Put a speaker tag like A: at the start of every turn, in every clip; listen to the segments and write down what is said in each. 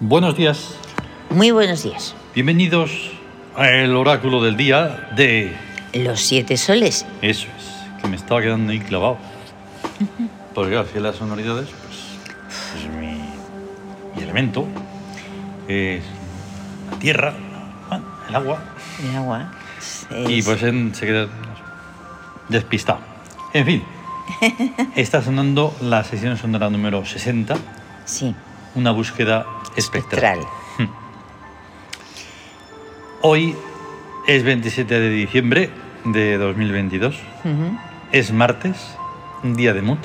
A: Buenos días,
B: Muy buenos días.
A: bienvenidos al oráculo del día de...
B: Los siete soles.
A: Eso es, que me estaba quedando ahí clavado. Porque claro, si las sonoridades, pues es mi, mi elemento. Es la tierra, bueno, el agua.
B: El agua. es-
A: Y pues en- se queda despistado. En fin, está sonando la sesión sonora número 60,
B: Sí,
A: una búsqueda espectral.
B: tral.
A: Hoy es 27 de diciembre de 2022.
B: Ujú.
A: Es martes, día de Mut.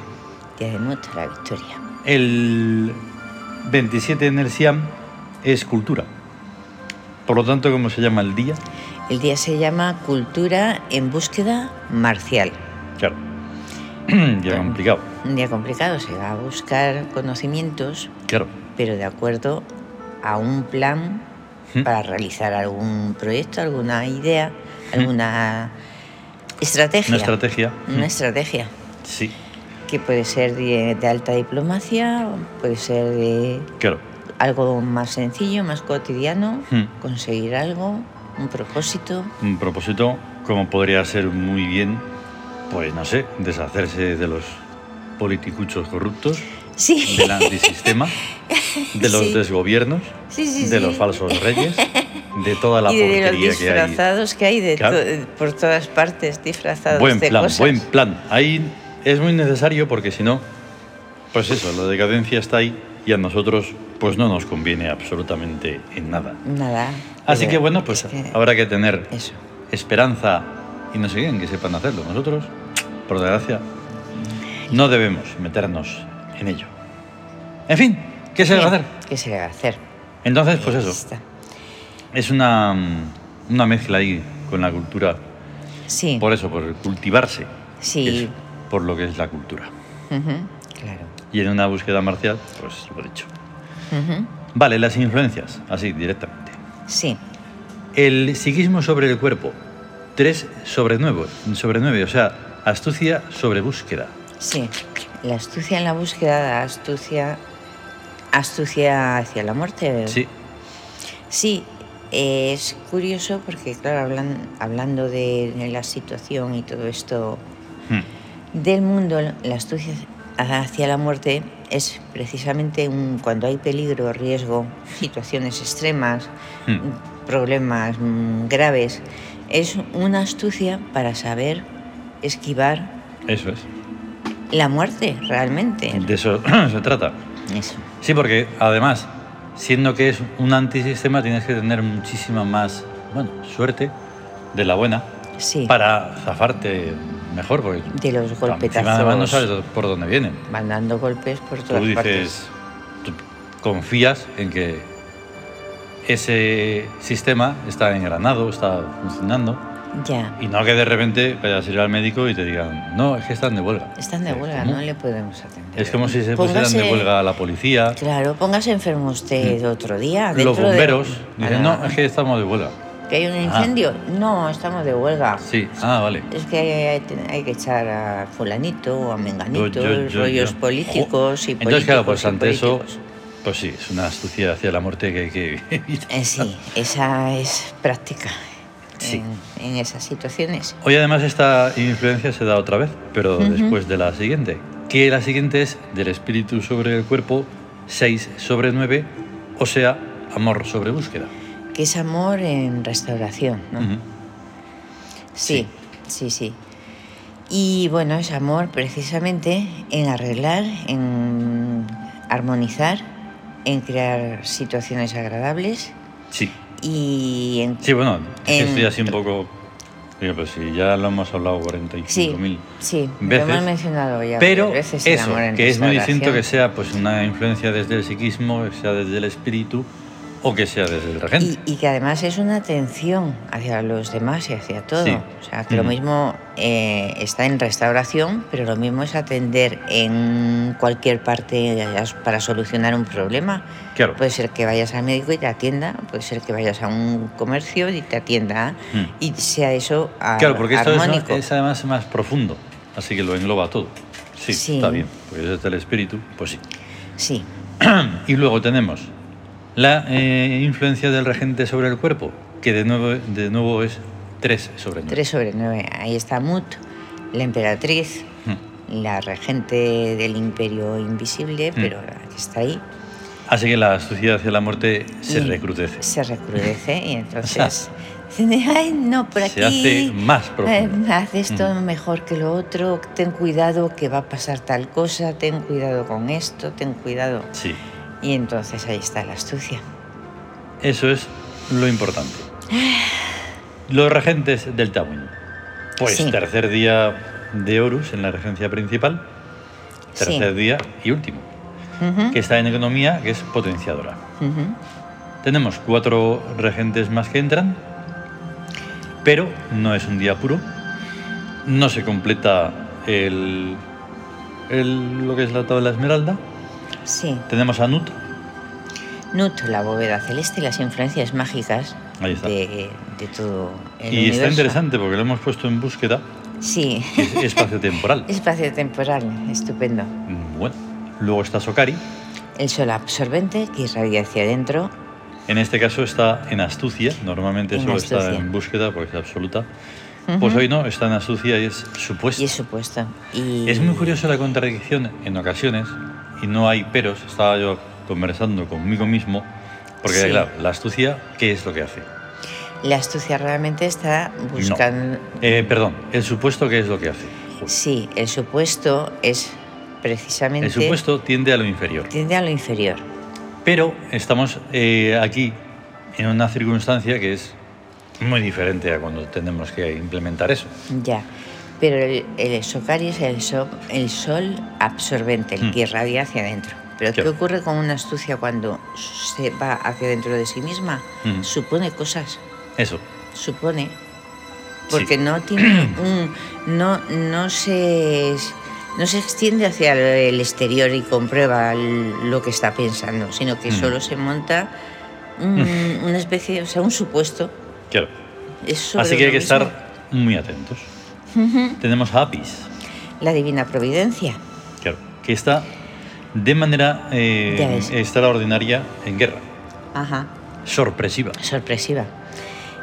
B: Día de moto, la victoria.
A: El 27 en el Siam es cultura. Por lo tanto, ¿cómo se llama el día?
B: El día se llama Cultura en búsqueda marcial.
A: Claro. ya complicado.
B: Un día complicado, se va a buscar conocimientos,
A: Claro.
B: pero de acuerdo a un plan
A: Ujú.
B: para realizar algún proyecto, alguna idea, alguna estrategia.
A: Una estrategia.
B: Una estrategia.
A: Sí,
B: que puede ser de, de alta diplomacia, puede ser de
A: claro.
B: algo más sencillo, más cotidiano,
A: Hmm.
B: conseguir algo, un propósito.
A: Un propósito, como podría ser muy bien, pues no sé, deshacerse de los politicuchos corruptos,
B: Sí,
A: del antisistema, de los
B: Sí.
A: desgobiernos,
B: Sí, sí,
A: de
B: sí.
A: los falsos reyes, de toda la
B: y de los
A: porquería que hay.
B: disfrazados que hay, de
A: Claro.
B: to- eh, por todas partes, disfrazados
A: Buen
B: de
A: plan,
B: cosas.
A: buen plan. Ahí es muy necesario porque si no, pues eso, la decadencia está ahí y a nosotros pues no nos conviene absolutamente en nada.
B: Nada.
A: Así
B: pero
A: que bueno, pues
B: es que-
A: habrá que tener
B: Eso.
A: esperanza y no sé quién que sepan hacerlo. Nosotros, por desgracia, no debemos meternos en ello. En fin, ¿qué se le va a hacer?
B: ¿Qué se le va a hacer?
A: Entonces, pues
B: Ahí
A: eso,
B: está.
A: es una, mm, una mezcla ahí con la cultura.
B: Sí,
A: Por eso, por cultivarse.
B: Sí.
A: es por lo que es la cultura.
B: ujú, claro.
A: Y en una búsqueda marcial, pues lo he dicho.
B: ujú,
A: Vale, las influencias, así directamente.
B: Sí,
A: El psiquismo sobre el cuerpo, 3 sobre 9, sobre 9, o sea, astucia sobre búsqueda.
B: sí. La astucia en la búsqueda, la astucia, astucia hacia la muerte.
A: Sí,
B: Sí, eh, es curioso porque, claro, hablan- hablando de, de la situación y todo esto
A: Hmm,
B: del mundo, la astucia hacia la muerte es precisamente un- cuando hay peligro, riesgo, situaciones extremas,
A: hmm,
B: problemas mm, graves. Es una astucia para saber esquivar
A: eso es.
B: la muerte realmente.
A: De eso se trata.
B: Eso.
A: Sí, porque además, siendo que es un antisistema, tienes que tener muchísima más, bueno, suerte de la buena
B: Sí.
A: para zafarte mejor, porque
B: De los
A: encima además no sabes
B: golpetazos.
A: por dónde vienen.
B: Van dando golpes por
A: Tú
B: todas partes.
A: dices, tú confías en que ese sistema está engranado, está funcionando,
B: Ya.
A: y no que de repente vayas a ir al médico y te digan, no, es que están de huelga.
B: Están de
A: Es
B: huelga,
A: como-
B: no le podemos atender.
A: Es como si se pusieran de
B: Póngase-
A: huelga a la policía,
B: Claro, póngase enfermo usted otro día.
A: los
B: dentro de-
A: bomberos, dicen,
B: Ah,
A: no, es que estamos de huelga.
B: ¿Que hay un
A: Ah.
B: incendio? No, estamos de huelga.
A: Sí, ah, vale.
B: Es que hay, hay que echar a fulanito o a
A: Yo-
B: menganito,
A: yo- yo-
B: rollos
A: yo-
B: políticos y
A: Jo. Entonces, claro, pues
B: políticos y
A: ante eso,
B: políticos.
A: pues sí, es una astucia hacia la muerte que hay que evitar.
B: Eh, sí, esa es práctica
A: Sí.
B: en, en esas situaciones.
A: Hoy además esta influencia se da otra vez, pero
B: Ujú.
A: después de la siguiente. Que la siguiente es del espíritu sobre el cuerpo, 6 sobre 9, o sea, amor sobre búsqueda.
B: Que es amor en restauración, ¿no?
A: Ujú.
B: Sí, sí, sí. Y bueno, es amor precisamente en arreglar, en armonizar, en crear situaciones agradables
A: Sí.
B: y en...
A: Sí, bueno, es que
B: En-
A: estoy así un poco... Digo, pues sí, ya lo hemos hablado 45.000.
B: sí, sí,
A: veces,
B: lo hemos mencionado ya.
A: Pero
B: varias veces el
A: eso,
B: amor en
A: que es muy
B: restauración.
A: distinto que sea pues una influencia desde el psiquismo, que sea desde el espíritu o que sea desde el regente.
B: Y, y que además es una atención hacia los demás y hacia todo.
A: Sí. Mm.
B: O sea, que lo
A: Ujú.
B: mismo eh, está en restauración, pero lo mismo es atender en cualquier parte para solucionar un problema.
A: Claro.
B: Puede ser que vayas al médico y te atienda, puede ser que vayas a un comercio y te atienda
A: Mm.
B: y sea eso ar-
A: Claro, porque esto es,
B: armónico.
A: es además más profundo, así que lo engloba todo. Sí,
B: Sí.
A: está bien, porque es el espíritu, pues sí.
B: Sí,
A: Y luego tenemos La eh, influencia del regente sobre el cuerpo, que de nuevo, de nuevo es 3 sobre 9.
B: 3 sobre 9. Ahí está Mut, la emperatriz,
A: Mm.
B: la regente del imperio invisible, pero la que está ahí,
A: Así que la suciedad hacia la muerte se
B: Y-
A: recrudece.
B: se recrudece y entonces dicen, ay, no, por aquí...
A: Se hace más
B: eh,
A: profundo. Mm.
B: Haz esto
A: Ujú.
B: mejor que lo otro, ten cuidado que va a pasar tal cosa, ten cuidado con esto, ten cuidado.
A: Sí,
B: Y entonces ahí está la astucia.
A: eso es lo importante. Los regentes del Tawin. Pues
B: Sí.
A: tercer día de Horus en la regencia principal,
B: Sí.
A: tercer día y último,
B: Ujú,
A: que está en economía, que es potenciadora.
B: ujú.
A: Tenemos cuatro regentes más que entran, pero no es un día puro. No se completa el, el- lo que es la tabla esmeralda.
B: Sí,
A: Tenemos a Nut,
B: Nut, la bóveda celeste y las influencias mágicas
A: Ahí está.
B: De, de todo el
A: y está
B: universo.
A: interesante porque lo hemos puesto en búsqueda
B: Sí,
A: que es espacio-temporal.
B: espacio temporal, estupendo.
A: Mm, Bueno, luego está Sokari.
B: El sol absorbente que irradia hacia adentro.
A: En este caso está en astucia. Normalmente
B: En
A: solo está
B: astucia.
A: en búsqueda porque es absoluta.
B: Ujú.
A: Pues hoy no, está en astucia y es supuesto.
B: Y es supuesto. Y...
A: Es muy curiosa la contradicción en ocasiones y no hay peros. Estaba yo conversando conmigo mismo porque,
B: Sí.
A: claro, la astucia, ¿qué es lo que hace?
B: La astucia realmente está buscando.
A: Eh, perdón, el supuesto, ¿qué es lo que hace? Joder.
B: Sí, el supuesto es precisamente.
A: El supuesto tiende a lo inferior.
B: Tiende a lo inferior.
A: Pero estamos eh, aquí en una circunstancia que es muy diferente a cuando tenemos que implementar eso.
B: Ya. Pero el, el socari es el, so- el sol absorbente, el
A: Mm.
B: que irradia hacia adentro. Pero
A: Claro.
B: ¿qué ocurre con una astucia cuando se va hacia adentro de sí misma?
A: Mm.
B: Supone cosas.
A: Eso.
B: supone
A: Sí.
B: porque no tiene un no no se no se extiende hacia el exterior y comprueba l- lo que está pensando sino que
A: Mm.
B: solo se monta un- una especie o sea un supuesto
A: Claro.
B: es sobre
A: Así que hay que
B: uno mismo.
A: estar muy atentos.
B: Ujú.
A: Tenemos a Apis.
B: la divina providencia
A: Claro, que está de manera eh,
B: Ya ves.
A: extraordinaria en guerra,
B: ajá
A: sorpresiva.
B: sorpresiva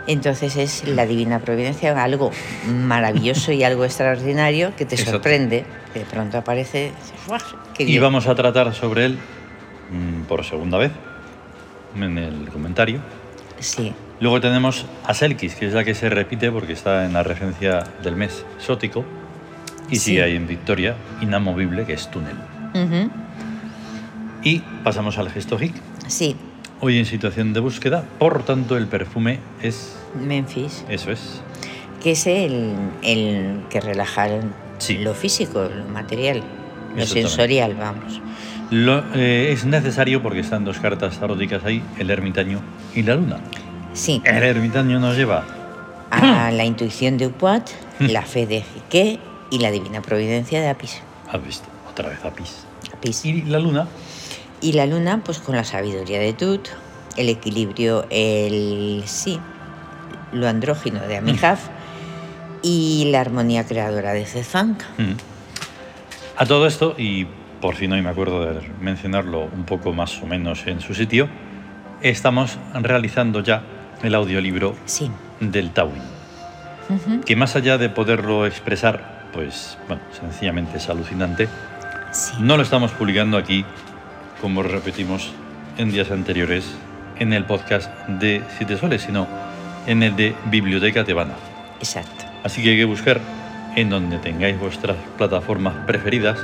B: entonces es la divina providencia algo maravilloso y algo extraordinario que te
A: Exacto.
B: sorprende que de pronto aparece y dices, "Guau, qué
A: Y
B: bien".
A: vamos a tratar sobre él mm, por segunda vez en el comentario.
B: sí
A: Luego tenemos a Selkis, que es la que se repite porque está en la regencia del mes sótico. Y
B: Sí.
A: sigue ahí en Victoria, inamovible, que es túnel.
B: Ujú.
A: Y pasamos al gesto hic.
B: Sí,
A: Hoy en situación de búsqueda, por tanto el perfume es...
B: Memphis,
A: Eso es.
B: que es el, el que relaja el-
A: Sí.
B: lo físico, lo material, lo
A: Exactamente.
B: sensorial, vamos.
A: Lo, eh, es necesario porque están dos cartas taróticas ahí, el ermitaño y la luna.
B: Sí,
A: El ermitaño nos lleva
B: a la intuición de Upuat,
A: Mm.
B: la fe de Jiqué y la divina providencia de Apis.
A: a visto, otra vez a Pis.
B: Apis.
A: Y la luna,
B: Y la luna, pues con la sabiduría de Tut, el equilibrio, el sí, lo andrógino de Amijaf y la armonía creadora de Zefank.
A: mm. a todo esto, y por fin hoy me acuerdo de mencionarlo un poco más o menos en su sitio, estamos realizando ya el audiolibro
B: Sí.
A: del Tawin,
B: Ujú.
A: que más allá de poderlo expresar, pues bueno, sencillamente es alucinante.
B: Sí.
A: No lo estamos publicando aquí, como repetimos en días anteriores, en el podcast de Siete Soles, sino en el de Biblioteca Tebana.
B: Exacto.
A: Así que hay que buscar en donde tengáis vuestras plataformas preferidas,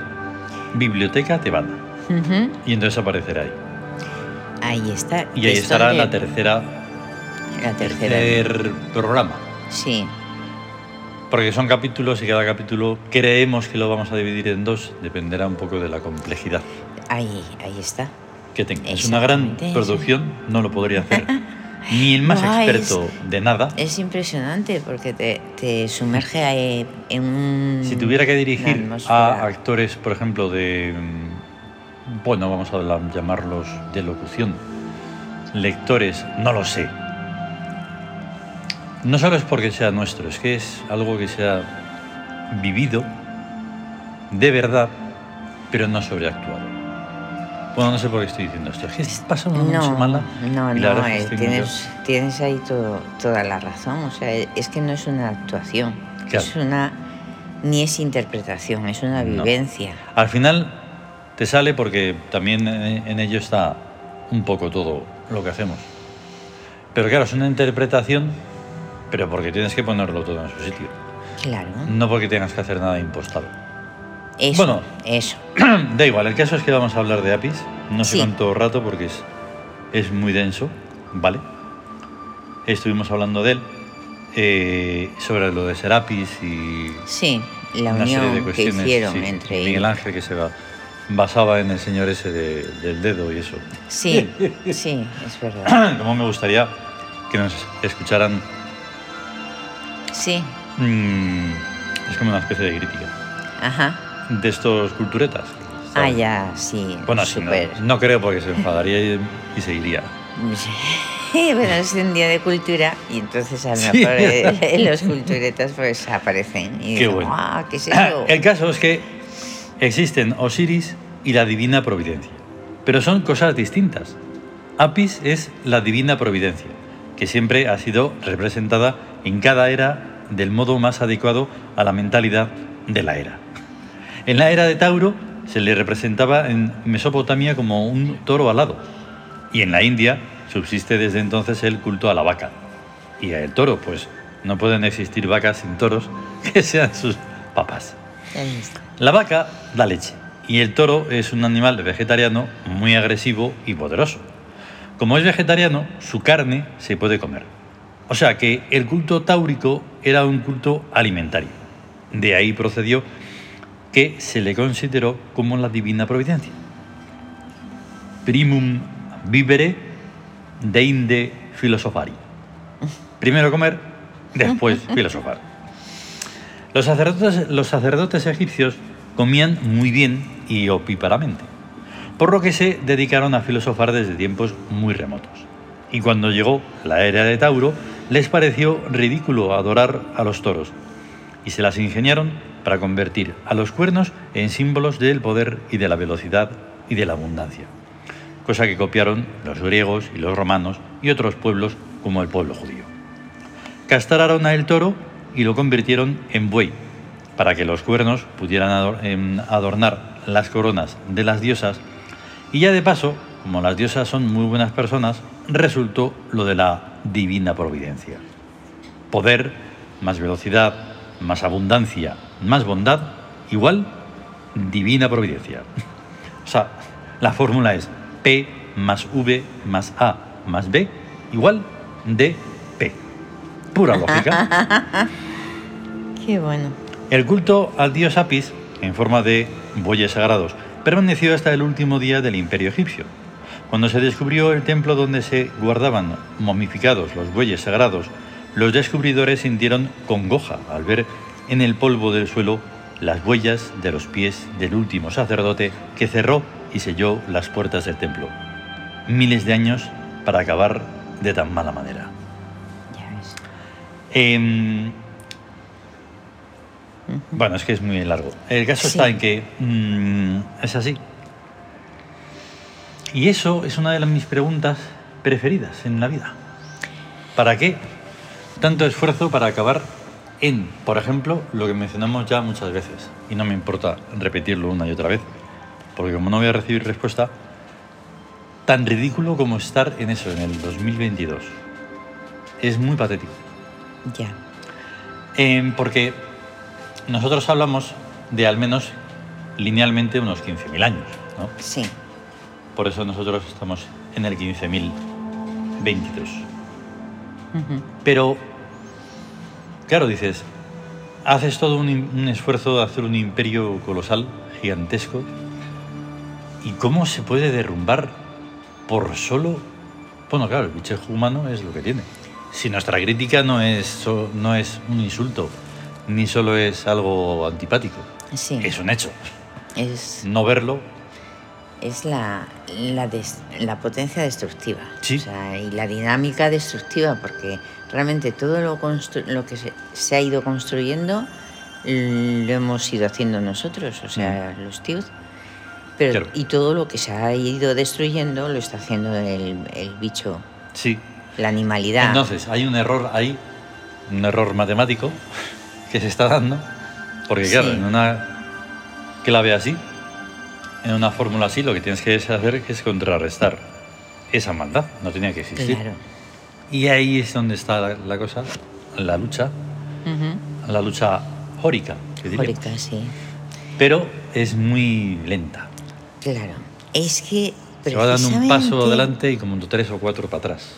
A: Biblioteca Tebana.
B: Ujú.
A: Y entonces aparecerá ahí.
B: Ahí está.
A: Y ahí
B: Esto
A: estará
B: de-
A: la tercera,
B: La tercera.
A: tercer programa.
B: Sí,
A: Porque son capítulos y cada capítulo creemos que lo vamos a dividir en dos, dependerá un poco de la complejidad.
B: ahí, ahí está.
A: que tenga. Es una gran
B: Exactamente.
A: producción, no lo podría hacer ni el más
B: Guay,
A: experto de nada.
B: Es impresionante porque te, te sumerge ahí en un...
A: Si tuviera que dirigir
B: una
A: a
B: atmósfera.
A: actores, por ejemplo, de. mm, Bueno, vamos a hablar- llamarlos de locución. Lectores, no lo sé. No solo es porque sea nuestro, es que es algo que se ha vivido de verdad, pero no sobreactuado. Bueno, no sé por qué estoy diciendo esto. Es que pasa una noche
B: no,
A: mala.
B: no,
A: y la
B: no,
A: verdad es que
B: eh,
A: estoy muy
B: tienes, tienes ahí todo- toda la razón. O sea, e- es que no es una actuación,
A: Claro.
B: es una ni es interpretación, es una
A: No.
B: vivencia.
A: Al final te sale porque también eh, en ello está un poco todo lo que hacemos. Pero claro, es una interpretación, pero porque tienes que ponerlo todo en su sitio.
B: Claro.
A: No porque tengas que hacer nada impostado.
B: Eso,
A: Mm. Bueno.
B: eso.
A: da igual, el caso es que vamos a hablar de APIs. No sé
B: Sí.
A: cuánto rato porque es, es muy denso, ¿vale? Estuvimos hablando de él, eh, sobre lo de ser APIs y
B: Sí, la
A: una serie de
B: unión que
A: cuestiones,
B: hicieron
A: sí,
B: entre
A: Miguel Ángel que se va- basaba en el señor ese de- del dedo y eso.
B: Sí, sí, es verdad.
A: Como me gustaría que nos escucharan.
B: Sí,
A: mm, es como una especie de crítica.
B: ajá.
A: De estos culturetas.
B: Ah,
A: ¿sabes?
B: ya, sí.
A: Bueno, sí, no,
B: súper.
A: no creo porque se enfadaría y, y se iría.
B: bueno, es un día de cultura y entonces a lo
A: Sí.
B: mejor eh, los culturetas pues aparecen y
A: Qué
B: dicen,
A: bueno. eh,
B: ah, ¿qué es eso?
A: El caso es que existen Osiris y la divina providencia. Pero son cosas distintas. Apis es la divina providencia, que siempre ha sido representada en cada era del modo más adecuado a la mentalidad de la era. En la era de Tauro se le representaba en Mesopotamia como un toro alado y en la India subsiste desde entonces el culto a la vaca y al toro, pues no pueden existir vacas sin toros que sean sus papás.
B: Ahí está.
A: La vaca da leche y el toro es un animal vegetariano muy agresivo y poderoso. Como es vegetariano, su carne se puede comer. O sea que el culto táurico era un culto alimentario. De ahí procedió que se le consideró como la divina providencia. Primum vivere deinde filosofari. Primero comer, después filosofar. Los sacerdotes, los sacerdotes egipcios comían muy bien y opíparamente, por lo que se dedicaron a filosofar desde tiempos muy remotos. Y cuando llegó la era de Tauro, les pareció ridículo adorar a los toros, y se las ingeniaron para convertir a los cuernos en símbolos del poder y de la velocidad y de la abundancia, cosa que copiaron los griegos y los romanos y otros pueblos como el pueblo judío castraron a el toro y lo convirtieron en buey, para que los cuernos pudieran ador- em, adornar las coronas de las diosas. Y ya de paso, como las diosas son muy buenas personas, resultó lo de la divina providencia. Poder, más velocidad, más abundancia, más bondad, igual divina providencia. O sea, la fórmula es P más V más A más B igual DP. Pura lógica.
B: Qué bueno.
A: El culto al dios Apis, en forma de bueyes sagrados, permaneció hasta el último día del imperio egipcio, cuando se descubrió el templo donde se guardaban momificados los bueyes sagrados. Los descubridores sintieron congoja al ver en el polvo del suelo las huellas de los pies del último sacerdote que cerró y selló las puertas del templo. Miles de años para acabar de tan mala manera.
B: Ya ves.
A: Em, bueno, es que es muy largo. El caso está
B: Sí.
A: en que mm, es así. Y eso es una de las- mis preguntas preferidas en la vida. ¿Para qué tanto esfuerzo para acabar en, por ejemplo, lo que mencionamos ya muchas veces? Y no me importa repetirlo una y otra vez, porque como no voy a recibir respuesta, tan ridículo como estar en eso, en el 2022. Es muy patético.
B: Ya.
A: Eh, porque nosotros hablamos de al menos linealmente unos 15.000 años, ¿no?
B: Sí.
A: Por eso nosotros estamos en el 15.022.
B: Ujú.
A: Pero, claro, dices, haces todo un, im- un esfuerzo de hacer un imperio colosal, gigantesco, ¿y cómo se puede derrumbar por solo... Bueno, claro, el bichejo humano es lo que tiene. Si nuestra crítica no es, so- no es un insulto, ni solo es algo antipático,
B: Sí.
A: es un hecho.
B: Es,
A: No verlo,
B: es la, la, des- la potencia destructiva.
A: Sí.
B: O sea, y la dinámica destructiva, porque realmente todo lo, constru- lo que se, se ha ido construyendo l- lo hemos ido haciendo nosotros, o sea, los tíos. Pero,
A: Mm. Claro.
B: Y todo lo que se ha ido destruyendo lo está haciendo el, el bicho,
A: Sí.
B: la animalidad.
A: Entonces, hay un error ahí, un error matemático que se está dando, porque claro,
B: Sí.
A: en una clave así, en una fórmula así, lo que tienes que hacer es contrarrestar esa maldad, no tenía que existir.
B: claro.
A: Y ahí es donde está la, la cosa, la lucha,
B: Ujú.
A: la lucha jórica, que diría.
B: Jórica, sí.
A: Pero es muy lenta.
B: Claro. Es que.
A: Se va dando un paso
B: precisamente-
A: adelante y como tres o cuatro para atrás.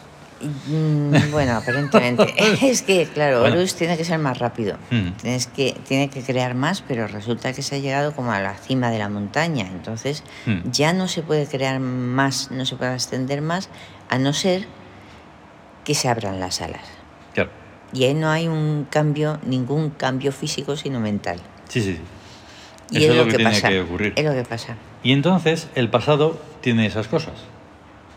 B: Mm, Bueno, aparentemente. es que, claro,
A: Bueno.
B: Horus tiene que ser más rápido.
A: Mm.
B: Tienes que, tiene que crear más, pero resulta que se ha llegado como a la cima de la montaña. Entonces,
A: Mm.
B: ya no se puede crear más, no se puede extender más, a no ser que se abran las alas.
A: Claro.
B: Y ahí no hay un cambio, ningún cambio físico, sino mental.
A: Sí, sí, sí.
B: Y
A: Eso
B: es, lo que,
A: tiene
B: pasa.
A: que ocurrir.
B: Es lo que pasa.
A: Y entonces el pasado tiene esas cosas.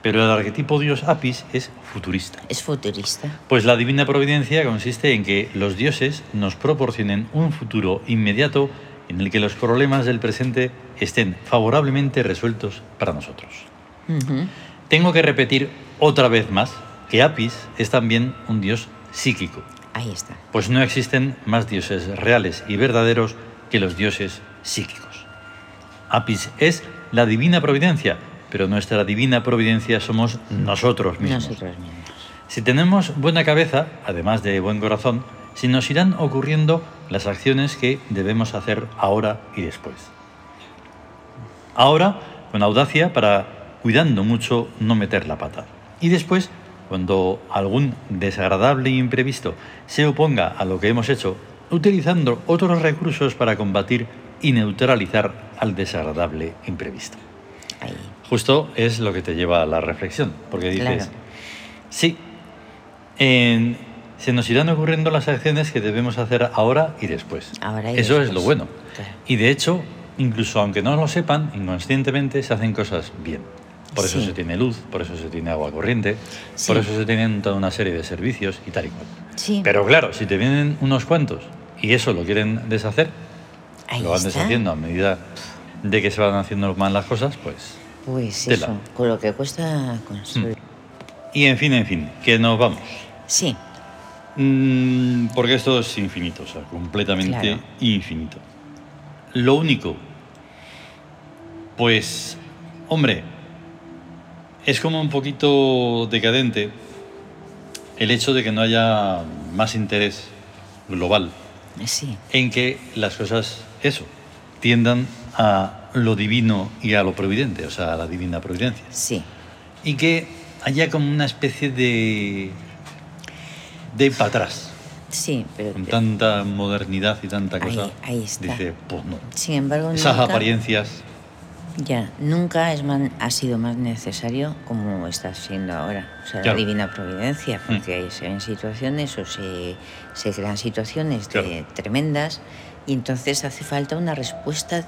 A: Pero el arquetipo dios Apis es futurista.
B: Es futurista.
A: Pues la divina providencia consiste en que los dioses nos proporcionen un futuro inmediato en el que los problemas del presente estén favorablemente resueltos para nosotros.
B: Ujú.
A: Tengo que repetir otra vez más que Apis es también un dios psíquico,
B: Ahí está.
A: pues no existen más dioses reales y verdaderos que los dioses psíquicos. Apis es la divina providencia, pero nuestra divina providencia somos nosotros mismos.
B: Nosotros mismos.
A: Si tenemos buena cabeza, además de buen corazón, se nos irán ocurriendo las acciones que debemos hacer ahora y después. Ahora, con audacia para, cuidando mucho, no meter la pata. Y después, cuando algún desagradable imprevisto se oponga a lo que hemos hecho, utilizando otros recursos para combatir y neutralizar al desagradable imprevisto.
B: Ahí.
A: Justo es lo que te lleva a la reflexión, porque dices,
B: Claro.
A: sí, en- se nos irán ocurriendo las acciones que debemos hacer ahora y después.
B: Ahora y
A: Eso es
B: después.
A: lo bueno.
B: Claro.
A: Y de hecho, incluso aunque no lo sepan, inconscientemente se hacen cosas bien. Por eso
B: Sí.
A: se tiene luz, por eso se tiene agua corriente,
B: Sí.
A: por eso se tienen toda una serie de servicios y tal y cual.
B: Sí.
A: Pero claro, si te vienen unos cuantos y eso lo quieren deshacer,
B: Ahí
A: lo van
B: está.
A: deshaciendo a medida de que se van haciendo mal las cosas, pues
B: Pues
A: Tela. Mm.
B: eso, con lo que cuesta construir.
A: Y en fin, en fin, que nos vamos.
B: Sí,
A: Mm, porque esto es infinito, o sea, completamente
B: Claro.
A: infinito. Lo único, pues, hombre, es como un poquito decadente el hecho de que no haya más interés global
B: sí,
A: en que las cosas, eso, tiendan a lo divino y a lo providente, o sea, a la divina providencia.
B: sí.
A: y que haya como una especie de de para atrás
B: Sí, pero
A: con tanta modernidad y tanta cosa
B: Ahí- ahí está.
A: dice pues no
B: sin embargo
A: esas
B: nunca,
A: apariencias
B: ya, nunca es man- ha sido más necesario como está siendo ahora. O sea,
A: Claro. Mm.
B: la divina providencia, porque ahí se ven situaciones o se, se crean situaciones de-
A: Claro.
B: tremendas y entonces hace falta una respuesta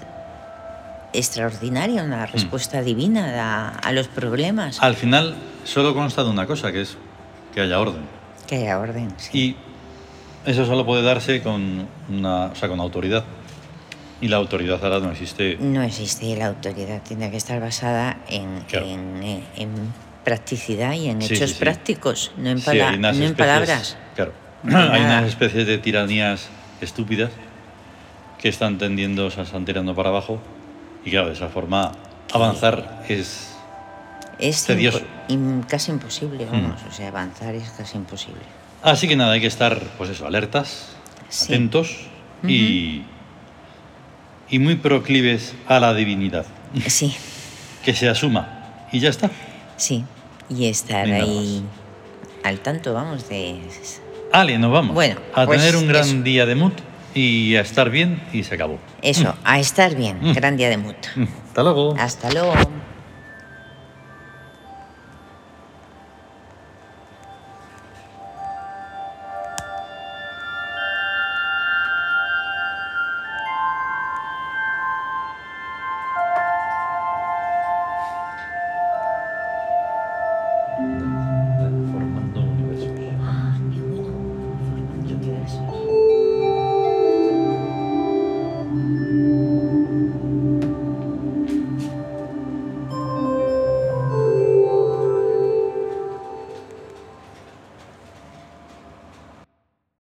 B: extraordinaria, una
A: Mm.
B: respuesta divina a, a los problemas
A: al final solo consta de una cosa que es que haya orden
B: que haya orden. Sí.
A: y eso solo puede darse con una o sea, con autoridad y la autoridad ahora no existe
B: No existe la autoridad, tiene que estar basada en,
A: Claro.
B: en- en- en practicidad y en
A: Sí,
B: hechos
A: sí, sí.
B: prácticos, no en,
A: Sí,
B: pala-
A: hay unas
B: no en
A: especies-
B: palabras.
A: Claro.
B: No hay
A: hay
B: nada.
A: unas especies de tiranías estúpidas que están tendiendo, o sea, están tirando para abajo. Y claro, de esa forma avanzar es.
B: Es
A: Tedioso. Hmm.
B: im- casi imposible, vamos, o sea, avanzar es casi imposible.
A: Así que nada, hay que estar, pues eso, alertas,
B: Sí.
A: atentos y. y muy proclives a la divinidad.
B: Sí,
A: Que se asuma. Y ya está.
B: sí, y estar
A: Venga,
B: ahí al tanto, vamos, de...
A: Ale, nos vamos.
B: Bueno,
A: a
B: pues
A: tener un gran
B: eso.
A: día de mood y a estar bien y se acabó.
B: Eso, a estar bien,
A: Mm.
B: gran día de mood.
A: Hasta luego.
B: Hasta luego.
A: Ah,